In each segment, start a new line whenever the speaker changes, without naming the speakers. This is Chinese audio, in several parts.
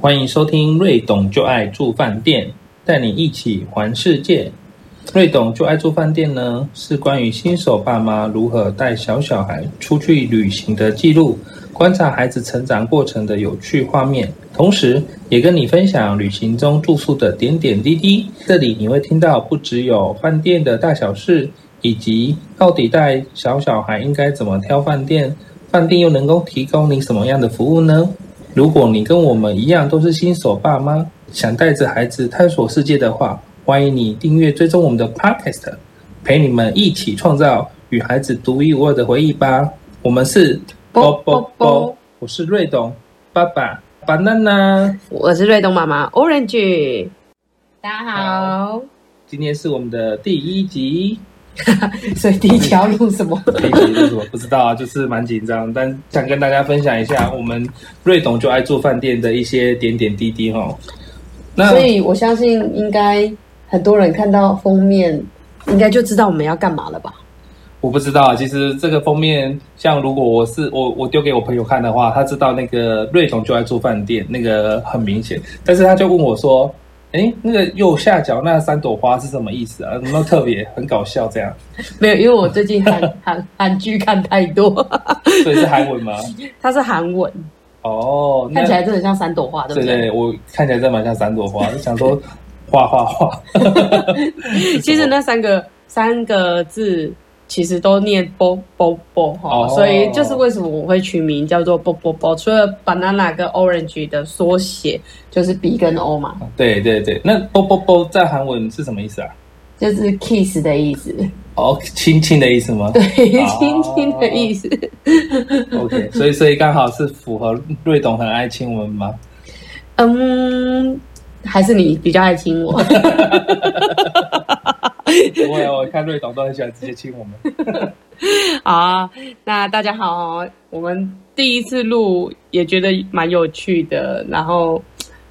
欢迎收听《瑞董就爱住饭店》，带你一起环世界。瑞董就爱住饭店呢，是关于新手爸妈如何带小小孩出去旅行的记录，观察孩子成长过程的有趣画面，同时也跟你分享旅行中住宿的点点滴滴。这里你会听到不只有饭店的大小事，以及到底带小小孩应该怎么挑饭店，饭店又能够提供你什么样的服务呢？如果你跟我们一样都是新手爸妈，想带着孩子探索世界的话，欢迎你订阅追踪我们的 Podcast，陪你们一起创造与孩子独一无二的回忆吧。我们是
啵
啵
啵啵，
我是瑞董爸爸 banana，
我是瑞东妈妈 Orange，大家好。
今天是我们的第一集，
所以第一集要录什么？
第一集是什么不知道啊，就是蛮紧张，但想跟大家分享一下我们瑞董就爱住饭店的一些点点滴滴哈。那
所以我相信应该很多人看到封面，应该就知道我们要干嘛了吧？
我不知道，啊其实这个封面，像如果我是我我丢给我朋友看的话，他知道那个瑞彤就在住饭店，那个很明显。但是他就问我说：“哎，那个右下角那三朵花是什么意思啊？有没有特别很搞笑这样？
没有，因为我最近 韩韩韩剧看太多，
所以是韩 文吗？
它是韩文，
哦，那
看起来真的很像三朵花，对不
对
对？
对，我看起来真蛮像三朵花，就想说画画画。
其实那三个三个字其实都念啵啵啵哈，
哦
所以就是为什么我会取名叫做啵啵啵，除了 banana 跟 orange 的缩写就是 B 跟 O 嘛，
对对对，那啵啵啵在韩文是什么意思啊？
就是 kiss 的意思。
哦，亲亲的意思 吗？
对，亲亲的意思。
，OK，所以所以刚好是符合瑞董很爱亲我们吗？
嗯，还是你比较爱亲我。
不会，啊我看瑞董都很喜欢直接亲我们。
好啊，那大家好哦，我们第一次录也觉得蛮有趣的。然后，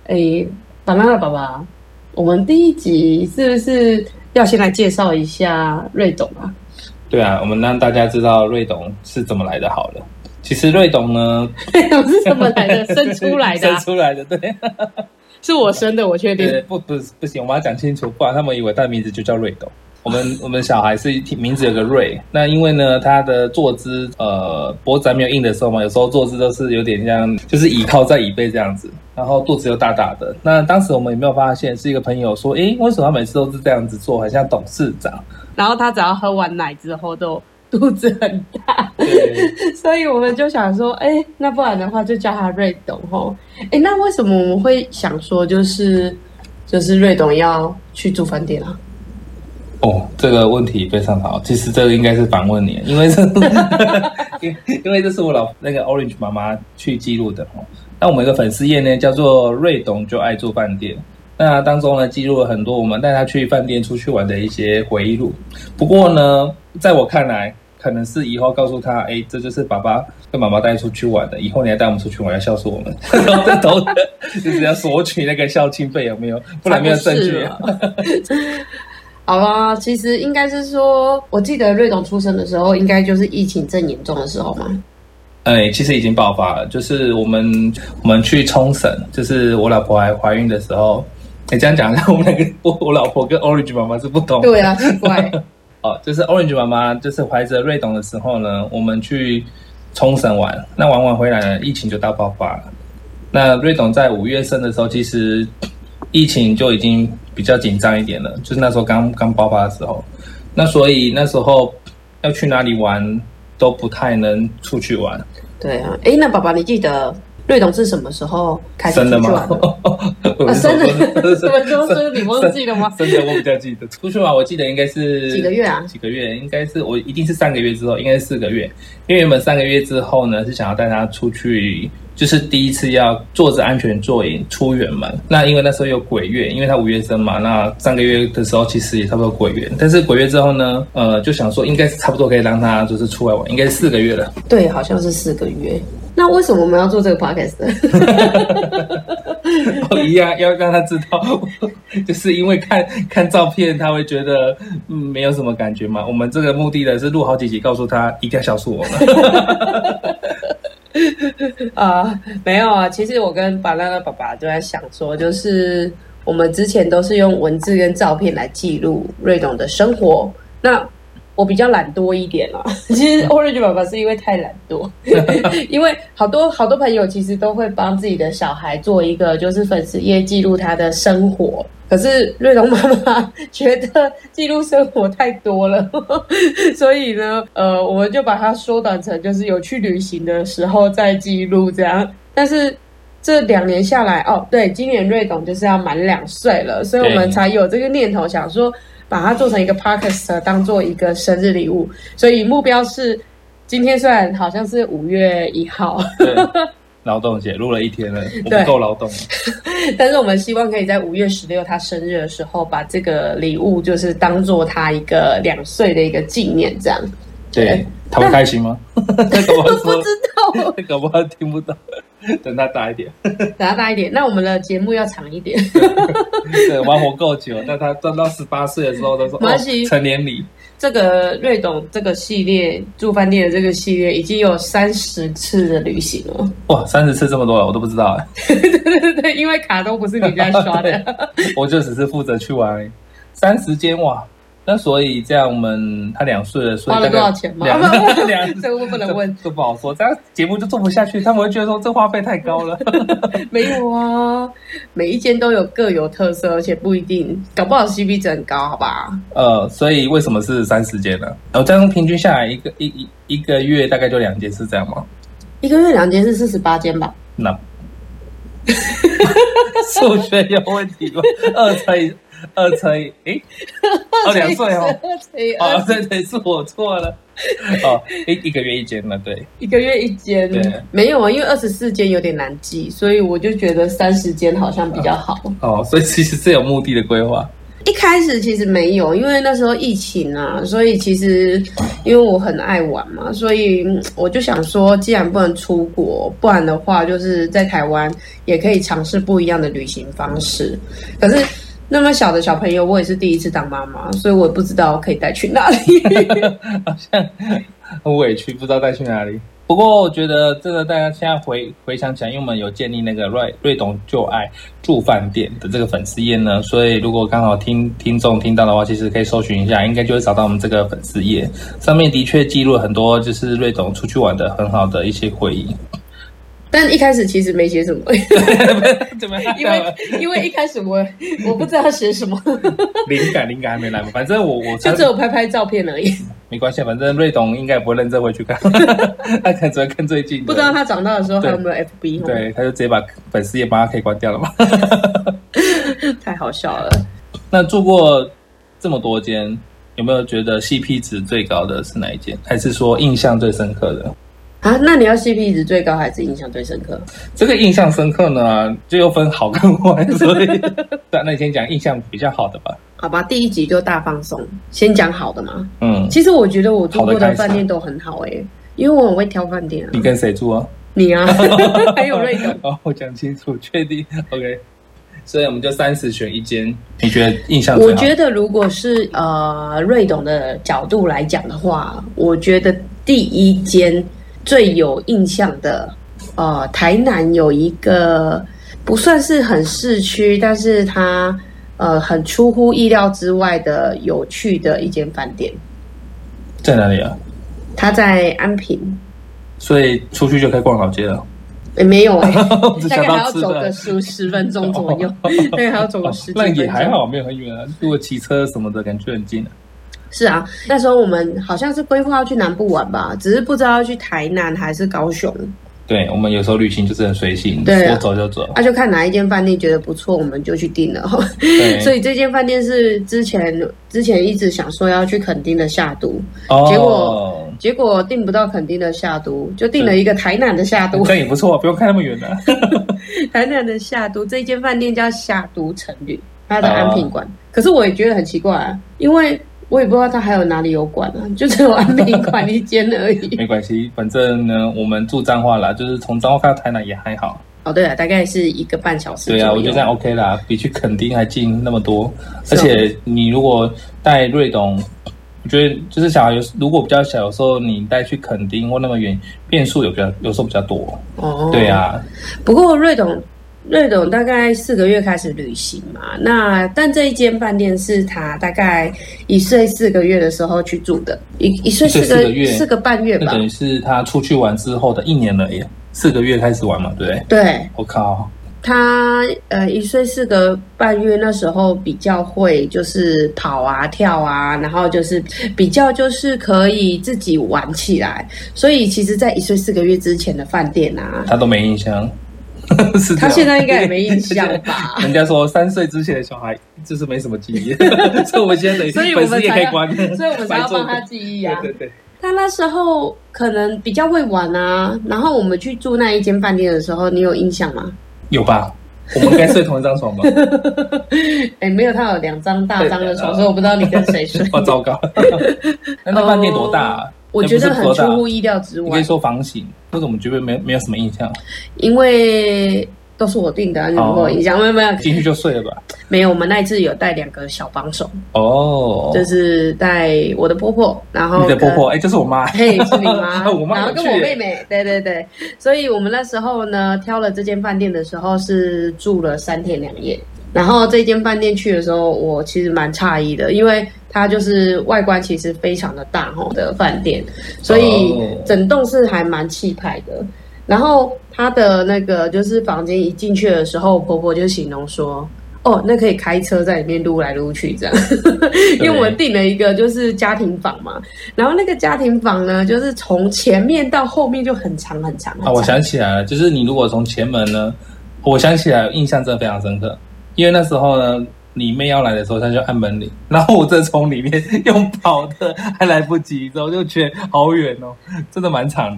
诶，巴拉巴爸，我们第一集是不是要先来介绍一下瑞董啊？
对啊，我们让大家知道瑞董是怎么来的好了。其实瑞董呢，
瑞董是怎么来 的？生出来的 啊、
生出来的，对，
是我生的，我确定。
对，不不不行，我们要讲清楚，不然他们以为他的名字就叫瑞董。我们我们小孩是名字有个瑞，那因为呢，他的坐姿呃脖子还没有硬的时候嘛，有时候坐姿都是有点像就是倚靠在椅背这样子，然后肚子又大大的。那当时我们有没有发现，是一个朋友说，诶，为什么他每次都是这样子做，很像董事长？
然后他只要喝完奶之后都肚子很大，
对，
所以我们就想说，哎、那不然的话就叫他瑞董吼。哎、那为什么我们会想说，就是就是瑞董要去住饭店啊？
哦，这个问题非常好。其实这个应该是反问你，因为 这，因为因为这是我老那个 Orange 妈妈去记录的哦。那我们有一个粉丝页呢，叫做“瑞董就爱住饭店”。那当中呢，记录了很多我们带他去饭店出去玩的一些回忆录。不过呢，在我看来，可能是以后告诉他，哎，这就是爸爸跟妈妈带出去玩的，以后你还带我们出去玩，要笑死我们，然后这头就是要索取那个孝亲费有没有？不然没有证据啊。
才不哦是啊。 好啦，其实应该是说，我记得瑞董出生的时候，应该就是疫情正严重的时候嘛。
哎，其实已经爆发了。就是我们我们去冲绳，就是我老婆还怀孕的时候，哎，这样讲，我们两个，我我老婆跟 Orange 妈妈是不同的。
对啊，奇 怪，
哦，就是 Orange 妈妈，就是怀着瑞董的时候呢，我们去冲绳玩，那玩完回来呢，疫情就大爆发了。那瑞董在五月生的时候，其实疫情就已经比较紧张一点了，就是那时候刚刚爆发的时候。那所以那时候要去哪里玩都不太能出去玩，
对啊。哎、那爸爸，你记得瑞董是什么时候开始
真
出
的
去
吗
玩 的？？
我
啊，
是说
真的，什么时候
真
生？你忘记了吗？
真的，我比较记得。出去玩，我记得应该是
几个月啊？
几个月，应该是我一定是三个月之后，应该是四个月。因为原本三个月之后呢，是想要带他出去，就是第一次要坐着安全座椅出远门。那因为那时候有鬼月，因为他五月生嘛，那上个月的时候其实也差不多鬼月，但是鬼月之后呢，呃，就想说应该是差不多可以让他就是出来玩，应该是四个月了。
对，啊好像是四个 月。那为什么我们要做这个 podcast 呢？
哦一样要让他知道，就是因为看看照片，他会觉得嗯没有什么感觉嘛。我们这个目的呢是录好几集，告诉他一定要告诉我们。
啊、没有啊。其实我跟巴拉拉爸爸都在想说，就是我们之前都是用文字跟照片来记录瑞董的生活。那我比较懒惰一点啦、啊 其实 Orange 爸爸是因为太懒惰， 因为好多好多朋友其实都会帮自己的小孩做一个就是粉丝页记录他的生活。可是瑞龙妈妈觉得记录生活太多了， 所以呢，呃，我们就把它缩短成就是有去旅行的时候再记录这样。但是这两年下来，哦，对，今年瑞董就是要满两岁了，所以我们
对
才有这个念头想说把它做成一个 podcast 当做一个生日礼物。所以目标是今天虽然好像是五月一号，
对，劳动节录了一天了，我
对
不够劳动了。
但是我们希望可以在五月十六他生日的时候，把这个礼物就是当做他一个两岁的一个纪念，这样。
对，他会开心 吗？他搞不好
不
说
知，道，
他搞不好听不到。等他大一点，
等他大一点，那我们的节目要长一点。
对，玩活够久，但他到到十八岁的时候，他说
没
哦
关系，
成年礼，
这个瑞董这个系列住饭店的这个系列已经有三十次的旅行了，
哇，三十次这么多了，我都不知道哎，
对对对，因为卡都不是你在刷 的，
我就只是负责去玩而已。三十间哇，那所以这样我们他两岁了，所以
花
大
了多
概
少钱吗？
两两
这个不能问，
这不好说，这样节目就做不下去，他们会觉得说这花费太高了。
没有啊，每一间都有各有特色，而且不一定，搞不好 CP 值很高，好吧？
呃，所以为什么是三十间呢？然后这样平均下来一个一一一个月大概就两间，是这样吗？
一个月两间是四十八间吧？
那 数学有问题吗？二乘以二乘以 诶，哦两岁哦，哦
哦，
对对，是我错了。哦，一一个月一间了，对，
一个月一间
对，
没有啊，因为二十四间有点难记，所以我就觉得三十间好像比较好。
哦，所以其实是有目的的规划，
一开始其实没有，因为那时候疫情啊，所以其实因为我很爱玩嘛，所以嗯我就想说，既然不能出国，不然的话就是在台湾也可以尝试不一样的旅行方式。可是那么小的小朋友，我也是第一次当妈妈，所以我也不知道可以带去哪里。
好像很委屈，不知道带去哪里。不过我觉得真的，大家现在回回想起来，因为我们有建立那个瑞瑞董就爱住饭店的这个粉丝页呢，所以如果刚好听听众听到的话，其实可以搜寻一下，应该就会找到我们这个粉丝页。上面的确记录了很多就是瑞董出去玩的很好的一些回忆。
但一开始其实没写什么，
怎么样？
因为因为一开始我 我不知道写什么，
灵感灵感还没来嘛，反正我我
就
猜
只有拍拍照片而已，
没关系，反正瑞董应该不会认真回去看， 他可能只会看最近的。
不知道他长大的时候还有没有 FB 哦，
对，他就直接把粉丝页帮他可以关掉了嘛。
太好笑了。
那住过这么多间，有没有觉得 CP 值最高的是哪一间？还是说印象最深刻的？
啊，那你要 CP 值最高还是印象最深刻？
这个印象深刻呢，就又分好跟坏，所以那那你先讲印象比较好的吧。
好吧，第一集就大放松，先讲好的嘛。
嗯，
其实我觉得我住过
好的开
的
始
饭店都很好哎、因为我很会挑饭店啊
你。跟谁住啊？
你啊， 还有瑞德，
哦，我讲清楚，确定 OK。所以我们就三十选一间，你觉得印象最好？
我觉得如果是呃瑞董的角度来讲的话，我觉得第一间最有印象的，呃，台南有一个不算是很市区，但是它呃很出乎意料之外的有趣的一间饭 店，
在哪里啊？
它在安平，
所以出去就可以逛老街了。
诶没有、诶
我只
大
想
概还
到
要
吃
走个
的，
十十分钟左 右，大概还要走个
哦
十几
那
分钟。
也还好，没有很远啊。如果骑车什么的，感觉很近啊。
是啊，那时候我们好像是规划要去南部玩吧，只是不知道要去台南还是高雄，
对，我们有时候旅行就是很随性，
对啊
说走就 走。
那、就看哪一间饭店觉得不错，我们就去订了。
对，
所以这间饭店是之前之前一直想说要去垦丁的夏都，
哦
结果结果订不到垦丁的夏都，就订了一个台南的夏都
这。样也不错，不用看那么远啊了。
台南的夏都这间饭店叫夏都城旅，它在安平馆。
哦
可是我也觉得很奇怪、啊，因为我也不知道它还有哪里有馆啊，就只有安平馆一间而 已。
没关系，反正呢，我们住彰化啦，就是从彰化到台南也还好。
哦，对了，大概是一个半小时
对啊，我
左
觉
右
得这样 OK 啦，比去垦丁还近那么多。
是
而
啊哦
且你如果带瑞董我觉得就是小孩有如果比较小，有时候你带去垦丁或那么远，变数有比较有时候比较多。
哦，
对。啊，
不过瑞董，瑞董大概四个月开始旅行嘛，那但这一间饭店是他大概一岁四个月的时候去住的，一一岁四
一岁四个月
四个半月
那
吧
等，于是他出去玩之后的一年而已，四个月开始玩嘛，对不对？
对。
我靠，
他呃一岁四个半月那时候比较会就是跑啊跳啊，然后就是比较就是可以自己玩起来，所以其实，在一岁四个月之前的饭店啊，
他都没印象， 是这样
他现在应该也没印象吧
。人家说三岁之前的小孩就是没什么记忆， 所以我们现在等于
所以我
粉
们
丝也
才
可以
要
关，
所以我们才要
白做
帮他记忆
对
啊。
对对，
他那时候可能比较会玩啊，然后我们去住那一间饭店的时候，你有印象吗？
有吧？我们应该睡同一张床吧？。
哎，没有，他有两张大张的 床，所以我不知道你跟谁睡
哦，糟糕！ 那那饭店多大、啊？
哦我觉
那
得
不是
很
多大
出乎意料之
你可
外
以，说房型，为什么觉得没没有什么印象？
因为都是我订的啊，你有没有印象？没有没有
进去就睡了吧？
没有，我们那一次有带两个小帮手，
哦，
就是带我的婆婆，然后
你的
跟
婆婆，哎、这是我妈，
嘿，是你 妈，
我妈
然后
有
跟
去
我
耶
妹妹，对对对，所以我们那时候呢，挑了这间饭店的时候是住了三天两夜。然后这间饭店去的时候，我其实蛮诧异的，因为它就是外观其实非常的大吼的饭店，所以
哦
整栋是还蛮气派的。然后它的那个就是房间一进去的时候，婆婆就形容说：“哦，那可以开车在里面撸来撸去这样。”因为我们订了一个就是家庭房嘛，然后那个家庭房呢，就是从前面到后面就很长很长很
啊，
长。
我想起来了，就是你如果从前门呢，我想起来，印象真的非常深刻，因为那时候呢，你妹要来的时候，她就按门铃，然后我正从里面 用跑的，还来不及，之后就觉得好远哦，真的蛮长的。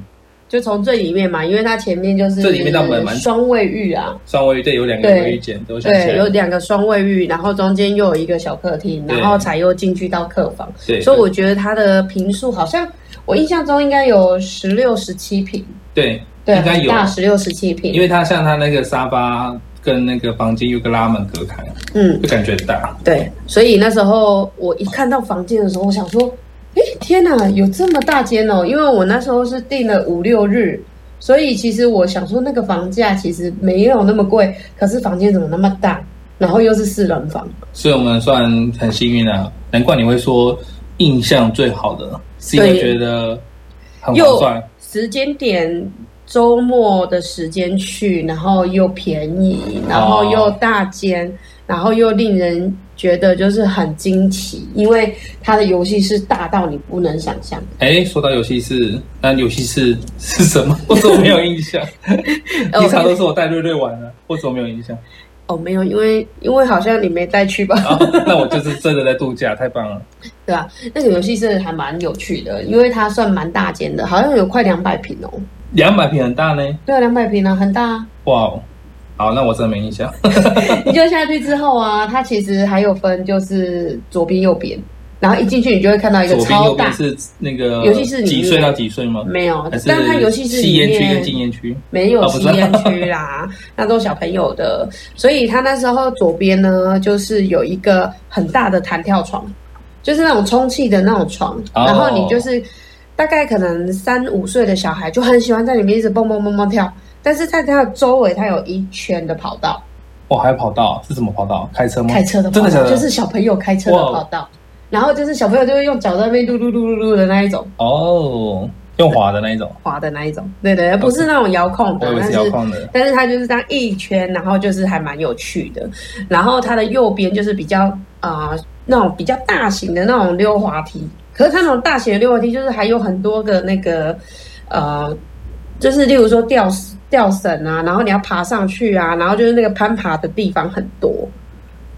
就从最里面嘛，因为它前面就是
最里面到门蛮
双卫浴啊，
双卫浴对有两个
对
卫浴间，对我想起
对，
来
有
了，
两个双卫浴，然后中间又有一个小客厅，
对
然后才又进去到客房。
对，
所以我觉得它的平数好像我印象中应该有十六、十七平，
对，
对，
应该
很
有，
大十六、十七平。
因为它像它那个沙发跟那个房间有个拉门隔开，
嗯，
就感觉很大。
对，所以那时候我一看到房间的时候，我想说，诶，天哪，有这么大间哦！因为我那时候是订了五六日，所以其实我想说那个房价其实没有那么贵，可是房间怎么那么大？然后又是四人房，
所以我们算很幸运啊，难怪你会说印象最好的，是因为
对
觉得很划
又
算。
时间点周末的时间去，然后又便宜，然后又大间，然后又令人觉得就是很惊奇，因为它的游戏是大到你不能想象。
哎，说到游戏室，那游戏室是什么？ 我怎么没有印 象？
哦
平常都是我带瑞瑞玩的，我怎么没有印象？
哦，没有，因为因为好像你没带去吧？
啊，那我就是真的在度假，太棒了！
对啊，那个游戏是还蛮有趣的，因为它算蛮大间的，好像有快两百平哦。
两百平很大呢，
对啊，两百平啊，很大啊。
哇哦！好，那我真的没印象。
你就下去之后啊，它其实还有分，就是左边右边，然后一进去你就会看到一个
左边
超
右
大
边，是那个
游戏室里面
几岁到几岁吗？
没有
还，是
但它游戏室
吸
里
烟区跟禁
面
烟区？
没有
哦不
吸
是
烟区啦， 那都小朋友的，所以它那时候左边呢就是有一个很大的弹跳床，就是那种充气的那种床，
哦
然后你就是大概可能三五岁的小孩就很喜欢在里面一直蹦蹦蹦蹦跳，但是在它的周围它有一圈的跑道，
哇，还有跑道是什么跑道？开车吗？
开车的跑
哦真
道，
的假的？
就是小朋友开车的跑道，然后就是小朋友就会用脚在那边噜噜噜噜噜的那一种
哦，用滑的那一种，
滑的那一种，对对，不是那种遥控
我
的，
以为哦是
但
遥控的。
但是它就是这样一圈，然后就是还蛮有趣的。然后它的右边就是比较啊、呃那种比较大型的那种溜滑梯，可是它那种大型的溜滑梯就是还有很多个那个呃，就是例如说吊吊绳啊，然后你要爬上去啊，然后就是那个攀爬的地方很多。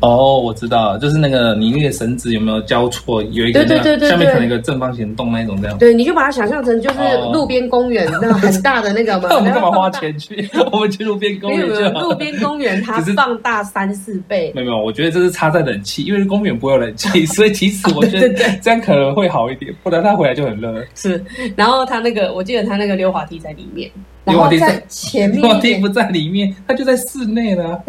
哦，我知道了，就是那个你那个绳子有没有交错？有一个
对
那
对对对
样下面
对
可能有一个正方形洞那一种这样。
对，你就把它想象成就是
哦
路边公园那很大的那个嘛
那我们干嘛
然后
花
放大
钱去？我们去路边公
没有
园
没
就
有，
好
路
了。
边公园它
只是
放大三四倍，
没有没有，我觉得这是差在冷气，因为公园不会有冷气，所以其实我觉
对
得这样可能会好一点，不然他回来就很热。
是，然后他那个，我记得他那个溜滑梯在里面，然
溜
后
滑梯在
在 前面
我
一
听
点，
不在里面，他就在室内了啊，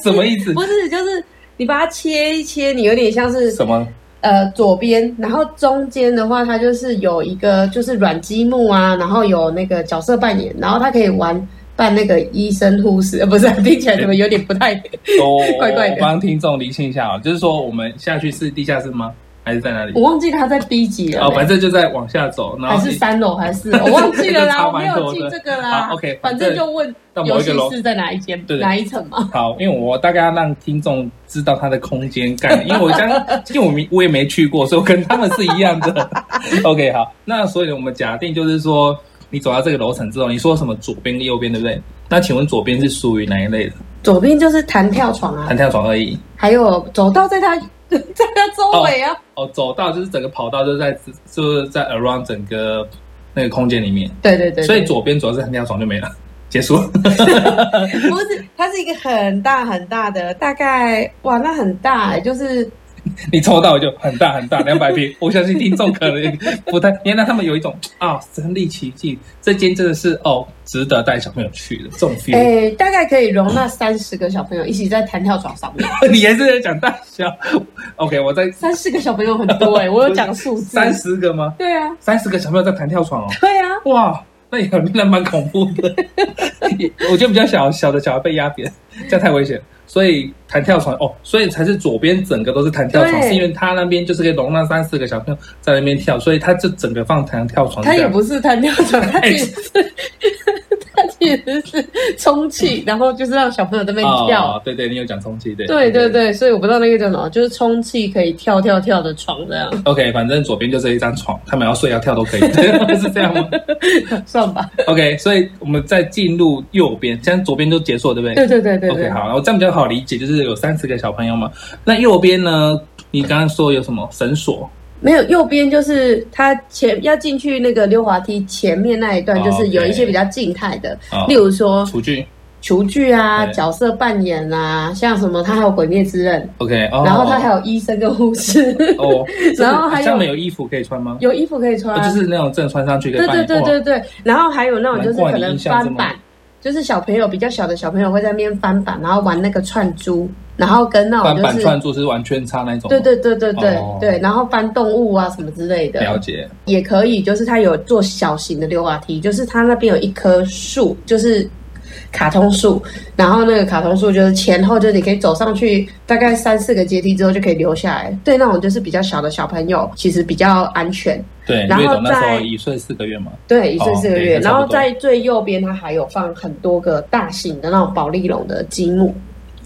什么意思
不？是，就是你把它切一切，你有点像是
什么？
呃左边，然后中间的话，它就是有一个就是软积木啊，然后有那个角色扮演，然后它可以玩扮那个医生护士，呃、不是 听起来怎么有点不太
我
怪怪的？
我帮听众厘清一下啊，就是说我们下去是地下室吗？还是在哪里
我忘记它在 B 级了、
哦，反正就在往下走，然
还
后
是
你
三楼还是四楼我忘记 了啦，
差
我
蛮
没有
多的
记这个啦。
好，OK，
反正就问
到某
游
一个
戏
楼
室在哪一间、
对对
哪一层嘛。
好，因为我大概要让听众知道它的空间概 念，因为我刚，因为我没我也没去过，所以我跟他们是一样的。OK，好，那所以我们假定就是说，你走到这个楼层之后，你说什么左边跟右边，对不对？那请问左边是属于哪一类的？
左边就是弹跳床啊
弹，跳床而已。
还有走道在它 在它周围啊。
哦，走道就是整个跑道就是在就是在 around 整个那个空间里面，
对对对对
所以左边主要是弹跳床就没了，结束。
不是，它是一个很大很大的，大概哇，那很大、欸，就是
你抽到就很大很大，两百平。我相信听众可能不太，原来他们有一种啊身临其境，这间真的是哦值得带小朋友去的这种 feel。
哎、大概可以容纳三十个小朋友一起在弹跳床上 面。
你还是在讲大小？OK，我在
三十个小朋友很多哎、我有讲数字。
三，十个吗？
对啊，
三十个小朋友在弹跳床哦，
对啊，
哇，那也很那蛮恐怖的。 我觉得比较小小的小孩被压扁，这样太危险。所以弹跳床哦，所以才是左边整个都是弹跳床，
对
是因为他那边就是可以容纳三四个小朋友在那边跳，所以他就整个放弹跳床这
它
样。
也不是弹跳床，它其实
哎
是、 它其实是充气，然后就是让小朋友在那边跳。
嗯哦，对对，你有讲充气，对
对对。对，所以我不知道那个叫什么，就是充气可以跳跳跳的床 这样，
OK，反正左边就这一张床，他们要睡要跳都可以， 是这样吗
算吧。
？OK，所以我们再进入右边，现在左边就结束了，对不对？
对对对对对
OK，好，然后这样比较好理解，就是有三十个小朋友嘛。那右边呢？你刚刚说有什么绳索？
没有右边就是它前要进去那个溜滑梯前面那一段，
哦
就是有
OK
一些比较静态的，
哦
例如说
厨具
厨具啊、
对
角色扮演啊，像什么它还有鬼灭之刃，
？OK，哦，
然后它还有医生跟护士，
哦，
然后还有
上面有衣服可以穿吗？
有衣服可以穿
哦，
啊，
就是那种正穿上去可以
对
扮
对
演
对对对，然后还有那种就是可
难怪你
能
印象这
翻
么
板，就是小朋友比较小的小朋友会在那边翻板，然后玩那个串珠，然后跟那
哇翻
种就
板
是
串珠是完全差那种。
对，对对对对、
哦
对，然后翻动物啊什么之类的
了，解。
也可以。就是它有做小型的溜滑梯，就是它那边有一棵树，就是卡通树，然后那个卡通树就是前后就是你可以走上去大概三四个阶梯之后就可以留下来。对那种就是比较小的小朋友，其实比较安全。
对，
然后
岳总那时候
在
一岁四个月嘛。
对，一岁
哦
四个
对
月，
差
然
不
后
多
在最右边，它还有放很多个大型的那种保利龙的积木，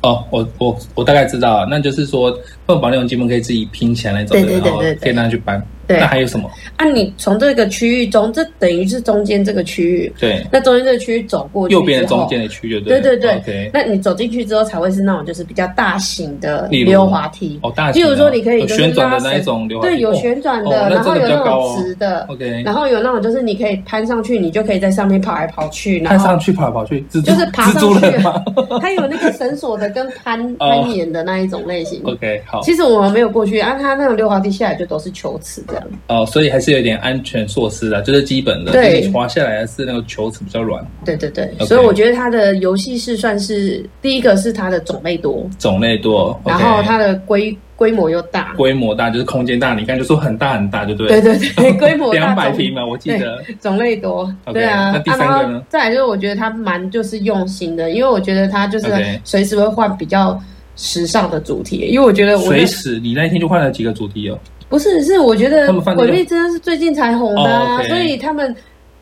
哦，我我我大概知道了，那就是说，凤宝那种积木可以自己拼起来那种的，
对对
然
对对
后可以拿去搬。
对
那还有什么？
啊，你从这个区域中，这等于是中间这个区域，
对，
那中间这个区域走过去
右边的
之后
中间的区域，
对
对哦
对对
OK，
那你走进去之后才会是那种就是比较大型的
例如
溜滑梯，
哦，大
例
型的。
如说你可以
有
就是
旋转
拉
的
绳
那一种溜滑梯，
对，有旋转的，
哦哦那
然后
真
有
的比较
那
高
种
哦
直的，
哦。OK，
然后有那种就是你可以攀上去，你就可以在上面跑来跑去，然
看
后
上去跑来跑去，蜘蛛
就是爬
蜘蛛
上去
人吗
它有那个绳索的跟攀
哦
攀岩的那一种类型。
？OK，好
其实我们没有过去，啊，它那种溜滑梯下来就都是球池这样。
哦，所以还是有点安全措施的，就是基本的，就
对
是你滑下来的是那个球子比较软，
对对对
OK
所以我觉得它的游戏是算是第一个是它的种类多
种类多，
然后
OK
它的规规模又大。
规模大，就是空间大，你看就说很大很大，对不
对？对 对，规模大，
两百
种
平嘛，我记得。
种类多
OK，
对啊。
那第三个
啊然
呢
后再来就是我觉得它蛮就是用心的，因为我觉得它就是
OK
随时会换比较时尚的主题，因为我觉得我那
随时，你那一天就换了几个主题哦。
不是是我觉得
他们
《
放的
鬼灭之刃》是最近才红的、
哦
啊
，OK
所以他们。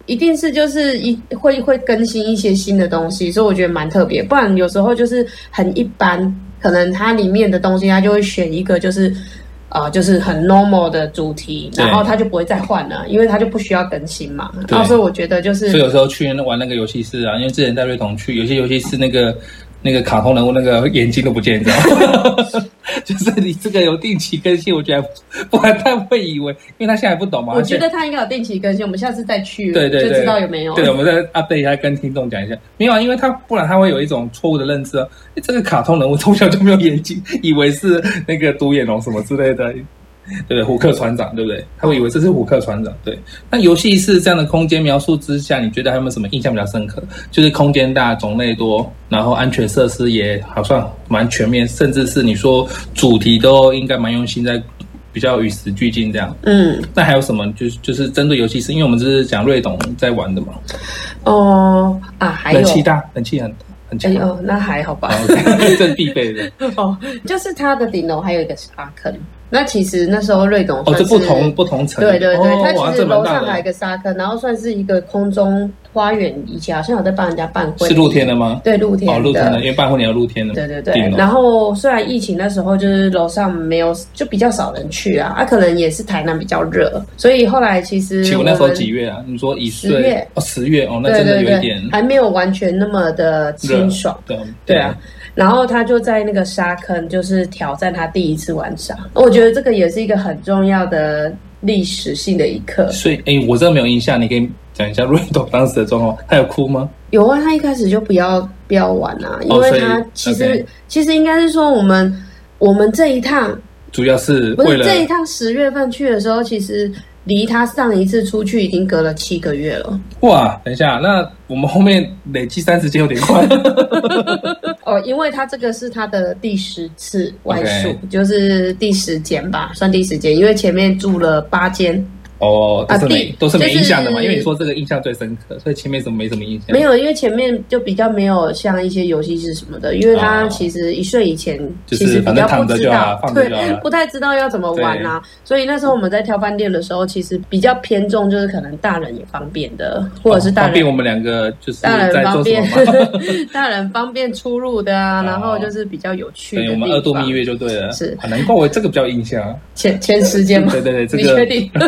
一定是就是一会会更新一些新的东西，所以我觉得蛮特别。不然有时候就是很一般，可能它里面的东西它就会选一个就是，呃，就是很 normal 的主题，
对
然后它就不会再换了，因为它就不需要更新嘛。
对
然后所以我觉得就是
所以有时候去玩那个游戏室啊，因为之前带瑞彤去，有些游戏室那个那个卡通人物那个眼睛都不见，你知道吗？ 就是你这个有定期更新，我觉得不然他会以为，因为他现在还不懂嘛。
我觉
而且
得它应该有定期更新，我们下次再去
对对对，
就知道有没有。
对，我们再 update 一下，跟听众讲一下。没有啊，因为他不然他会有一种错误的认知啊，诶这个卡通人物从小就没有眼睛，以为是那个独眼龙什么之类的。对，虎克船长，对不对？他会以为这是虎克船长。对，那游戏是这样的空间描述之下，你觉得还有没有什么印象比较深刻？就是空间大、种类多，然后安全设施也好像蛮全面，甚至是你说主题都应该蛮用心在比较与时俱进这样。
嗯，
那还有什么？就是就是针对游戏是因为我们这是讲瑞董在玩的嘛，
哦啊，还有
人，气大，人气很很强，
哎
哦
呦，那还好吧。
这是必备 的。
哦，就是它的顶楼还有一个是沙坑。那其实那时候瑞董
哦，
算
这
是
不同不同层，
对对对，
哦、
它
哇
其实
这蛮
楼
大
上还有一
的，
个沙坑，然后算是一个空中花园，以前好像有在帮人家办婚
是
礼，
露天的吗？
对露天
哦，露天
的
的，因为办婚礼要露天的，
对对对
顶，楼
然后虽然疫情那时候就是楼上没有，就比较少人去啊，啊，可能也是台南比较热，所以后来其实
请
我
问
们
那时候几月啊？你说一岁
十月
哦，十月哦，那
对
真的
对
有一点
对，还没有完全那么的
热
清爽。
对
对啊，，
嗯
然后他就在那个沙坑，就是挑战他第一次玩沙。我觉得这个也是一个很重要的历史性的一刻。
所以哎，我真的没有印象，你可以讲一下瑞董当时的状况，他有哭吗？
有啊，他一开始就不要不要玩啊，因
哦所
为
以
他其实、
OK
其实应该是说我们我们这一趟
主要是
不
为
是
了
这一趟十月份去的时候，其实离他上一次出去已经隔了七个月 了。
哇，等一下，那我们后面累积三十天有点快，
哦，因为他这个是他的第十次外宿
OK
就是第十间吧，算第十间，因为前面住了八间，
哦，都是
啊
没
第
都是没
就是
印象的嘛，因为你说这个印象最深刻，所以前面怎么没什么印象？
没有，因为前面就比较没有像一些游戏室什么的，因为他
哦
其实一岁以前、
就是
其实比
反正
较
躺
不
着
知
就好
道，
放着
对
就好了，
不太知道要怎么玩啊。所以那时候我们在挑饭店的时候，其实比较偏重就是可能大人也方便的，或者是大
哦方
人
便我们两个就是
大人
在
方
做什
便
么吗？，
大人方便出入的啊，
哦
然后就是比较有趣的
对，我们
地
二度
方
蜜月就对了，
是
啊，难怪我这个比较印 象，啊
前前十间吗？
对对 对，这
你确
个
定？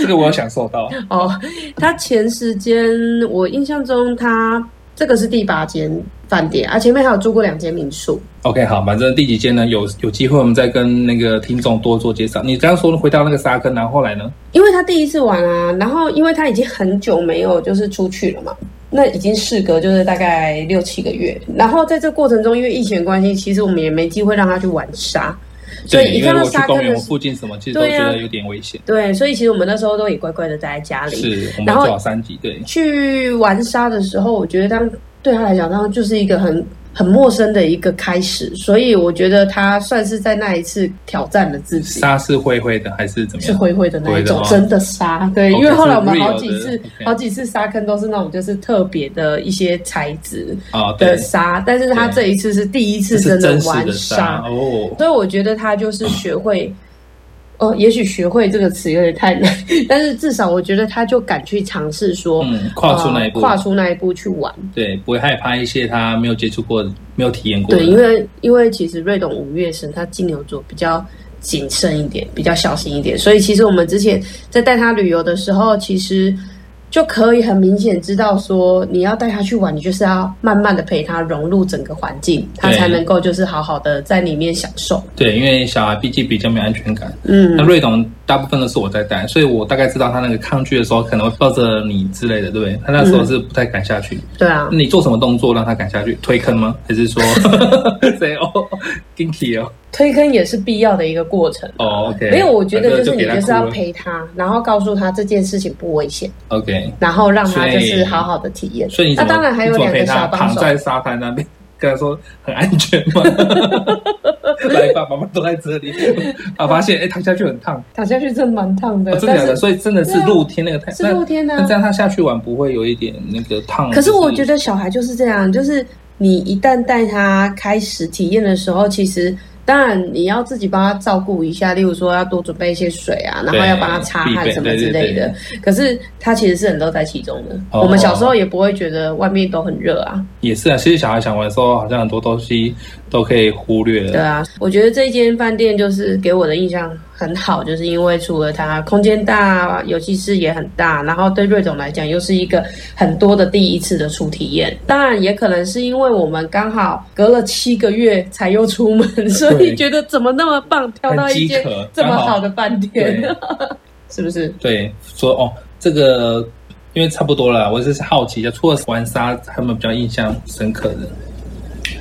这个我有享受到，
哦，他前十间我印象中他这个是第八间饭店啊，前面还有住过两间民宿。
OK，好，反正第几间呢？有有机会我们再跟那个听众多做介绍。你刚刚说回到那个沙坑，然后后来呢？
因为他第一次玩啊，然后因为他已经很久没有就是出去了嘛，那已经事隔就是大概六七个月，然后在这过程中，因为疫情的关系，其实我们也没机会让他去玩沙，所
对，
以一
因为
看
如果
到
去
沙
公
坑
园
的
我
时
附近什么，其实都
对
觉
啊
得有点危险。
对，所以其实我们那时候都也乖乖的待在家里。
是我们
然
做
后
好三级，对，
去玩沙的时候，我觉得当对他来讲，当然就是一个很很陌生的一个开始，所以我觉得他算是在那一次挑战了自己。
沙是灰灰的还是怎么
是
样？
灰灰的那一
灰的
种
吗，
真的沙。对
OK，
因为后来我们
是 real
好
的
几次
OK
好几次沙坑都是那种就是特别的一些材质
啊，对
的，沙，但是他
对
这一次是第一
这
次
是
真的
真实
玩
的沙哦。
所以我觉得他就是学会，呃，也许学会这个词有点太难， 但是至少我觉得他就敢去尝试说。
嗯，跨出那一
呃
步，
跨出那一步去玩。
对，不会害怕一些他没有接触过、没有体验过的。
对，因为因为其实瑞董五月生，他金牛座比较谨慎一点，比较小心一点，所以其实我们之前在带他旅游的时候，其实就可以很明显知道说，你要带他去玩，你就是要慢慢的陪他融入整个环境，他
对
才能够就是好好的在里面享受。
对，因为小孩毕竟比较没有安全感。
嗯
那，瑞董大部分都是我在带，所以我大概知道他那个抗拒的时候，可能会抱着你之类的，对不对？他那时候是不太敢下去。
对啊
那，你做什么动作让他敢下去？推坑 吗？还是说 谁哦 g i n k y 哦？
推坑也是必要的一个过程。
哦，OK
没有，我觉得
反正
就是
就
你
给他
就是要
哭了
陪他，然后告诉他这件事情不危险，
OK，
然后让他就
所以
是好好的体验。
所以你
那
怎么
当然还有
你怎么
两
陪
个
他
小帮
躺
手，啊
在沙滩那边？ 跟他说很安全吗？ 来吧，妈妈都在这里。 啊，发现哎、躺下去很烫，
躺下去真的蛮烫的，
哦、真的
但
假的？
是
所以真的是
对啊
露天那个太
是露天的
那
啊、
那这样他下去玩不会有一点那个烫？
可是我觉
得
得小孩就是这样，就是你一旦带他开始体验的时候，其实当然你要自己帮他照顾一下，例如说要多准备一些水啊，然后
对
要帮他擦汗什么之类的
必备对对。
可是他其实是很乐在其中的。
哦
我们小时候也不会觉得外面都很热啊，
也是啊。其实小孩想玩的时候，好像很多东西都可以忽略
对
了。
啊。我觉得这间饭店就是给我的印象很好，就是因为除了它空间大，游戏室也很大，然后对瑞总来讲又是一个很多的第一次的初体验。当然，也可能是因为我们刚好隔了七个月才又出门，所以觉得怎么那么棒，挑到一间
很饥渴
这么
刚好
好的饭店， 是不是？
对，说哦，这个因为差不多了，我只是好奇一下，除了玩沙，他们比较印象深刻的，嗯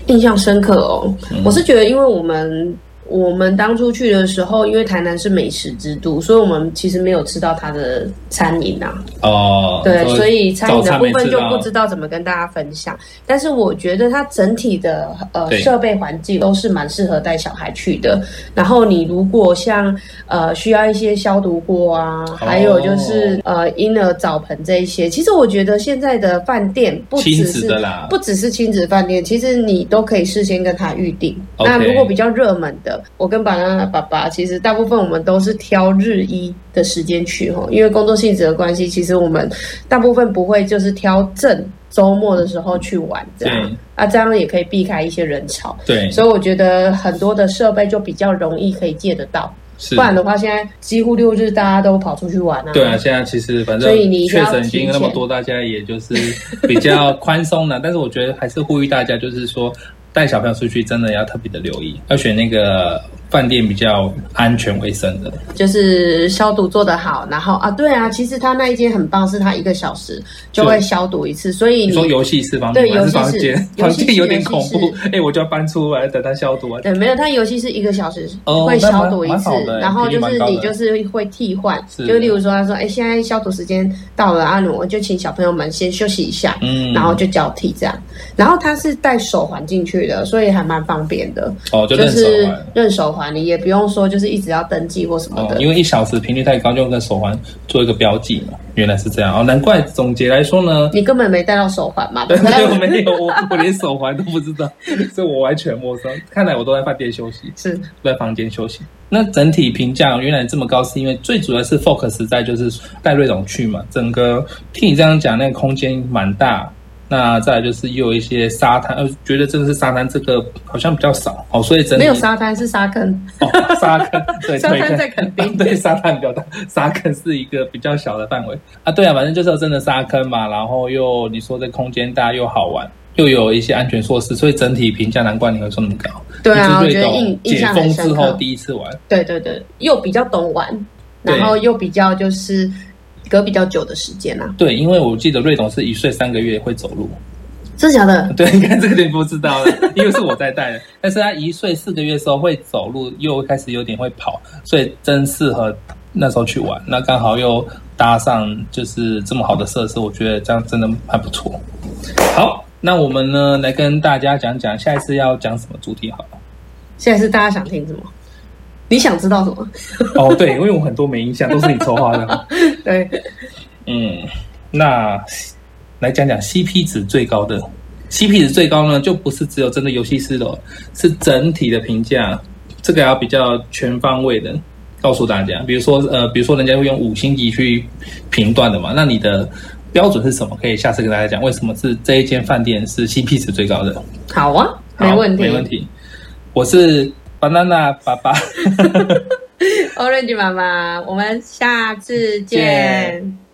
印象深刻哦。我是觉得，因为我们我们当初去的时候，因为台南是美食之都，所以我们其实没有吃到它的餐饮啊。
哦，
对，所以餐饮
早
的
餐
部
没
分
吃
就
到
不知道怎么跟大家分享。但是我觉得它整体的呃
对
设备环境都是蛮适合带小孩去的。然后你如果像呃需要一些消毒锅啊，还有
哦
就是呃婴儿澡盆这一些，其实我觉得现在的饭店不
亲
只
子
是
的啦，
不只是亲子饭店，其实你都可以事先跟他预定。
OK
那如果比较热门的，我跟巴娜爸爸，其实大部分我们都是挑日一的时间去哦，因为工作性质的关系，其实我们大部分不会就是挑正周末的时候去玩这样
对，
啊，这样也可以避开一些人潮。
对，
所以我觉得很多的设备就比较容易可以借得到，
是
不然的话，现在几乎六日大家都跑出去玩啊。
对啊，现在其实反正
所以你一定
确
要
诊已
提
经
前
那么多，大家也就是比 较宽松了。但是我觉得还是呼吁大家，就是说带小朋友出去真的要特别的留意，要选那个饭店比较安全卫生的。
就是消毒做得好，然后啊，对啊，其实他那一间很棒，是他一个小时就会消毒一次，所以
你
你
说游戏室方面
嗯对
吗还是
游戏
房
室
间？
游
房
戏室
间有点恐怖
游戏，
哎、我就要搬出来等它消毒啊。
对没有，他游戏是一个小时
哦
会消毒一
那蛮
次
蛮好，的
然后
频率
就
蛮
是
高的
你就是会替换，
是
就例如说他说，哎，现在消毒时间到了，啊，我就请小朋友们先休息一下，
嗯，
然后就交替这样，然后他是带手环进去的，所以还蛮方便的，
哦，就
就
认手
是
环。
认手环，你也不用说就是一直要登记或什么
哦
的，，
因为一小时频率太高，就用个手环做一个标记嘛。原来是这样哦，难怪总结来说呢，
你根本没带到手环嘛，对
对
不
对，我
对？
没有，我我连手环都不知道，所以我完全陌生。看来我都在饭店休息，
是。
都在房间休息。那整体评价原来这么高，是因为最主要是 focus 在就是带瑞总去嘛，整个听你这样讲，那个空间蛮大。那再来就是又有一些沙滩，呃，觉得真的是沙滩这个好像比较少哦，所以整体
没有沙滩是沙坑，
哦，沙 坑对，
沙滩
对
在垦丁
对，沙滩比较大， 沙坑是一个比较小的范围啊。对啊，反正就是有真的沙坑嘛，然后又你说这空间大又好玩，又有一些安全措施，所以整体评价难怪你会说那么高。
对啊，我
你是最
觉得
懂
印印
解
象很
封之
深
后
刻。
第一次玩，
对对对，又比较懂玩，
对
然后又比较就是隔比较久的时间啊，
对，因为我记得瑞董是一岁三个月会走路，
真的假的？
对，你看这个你不知道了，因为是我在带的，但是他一岁四个月的时候会走路，又开始有点会跑，所以真适合那时候去玩。那刚好又搭上就是这么好的设施，我觉得这样真的还不错。好，那我们呢来跟大家讲讲下一次要讲什么主题好了。
现在是大家想听什么？你想知道什么？
哦，对，因为我很多没印象，都是你筹划的。
对，
嗯，那来讲讲 CP 值最高的。CP 值最高呢，就不是只有针对游戏室了，是整体的评价，这个要比较全方位的告诉大家。比如说，呃，比如说人家会用五星级去评断的嘛，那你的标准是什么？可以下次跟大家讲，为什么是这一间饭店是 CP 值最高的？
好啊，
好
没问题。
没问题。我是 banana 爸爸，
Orange 妈妈，我们下次见。
见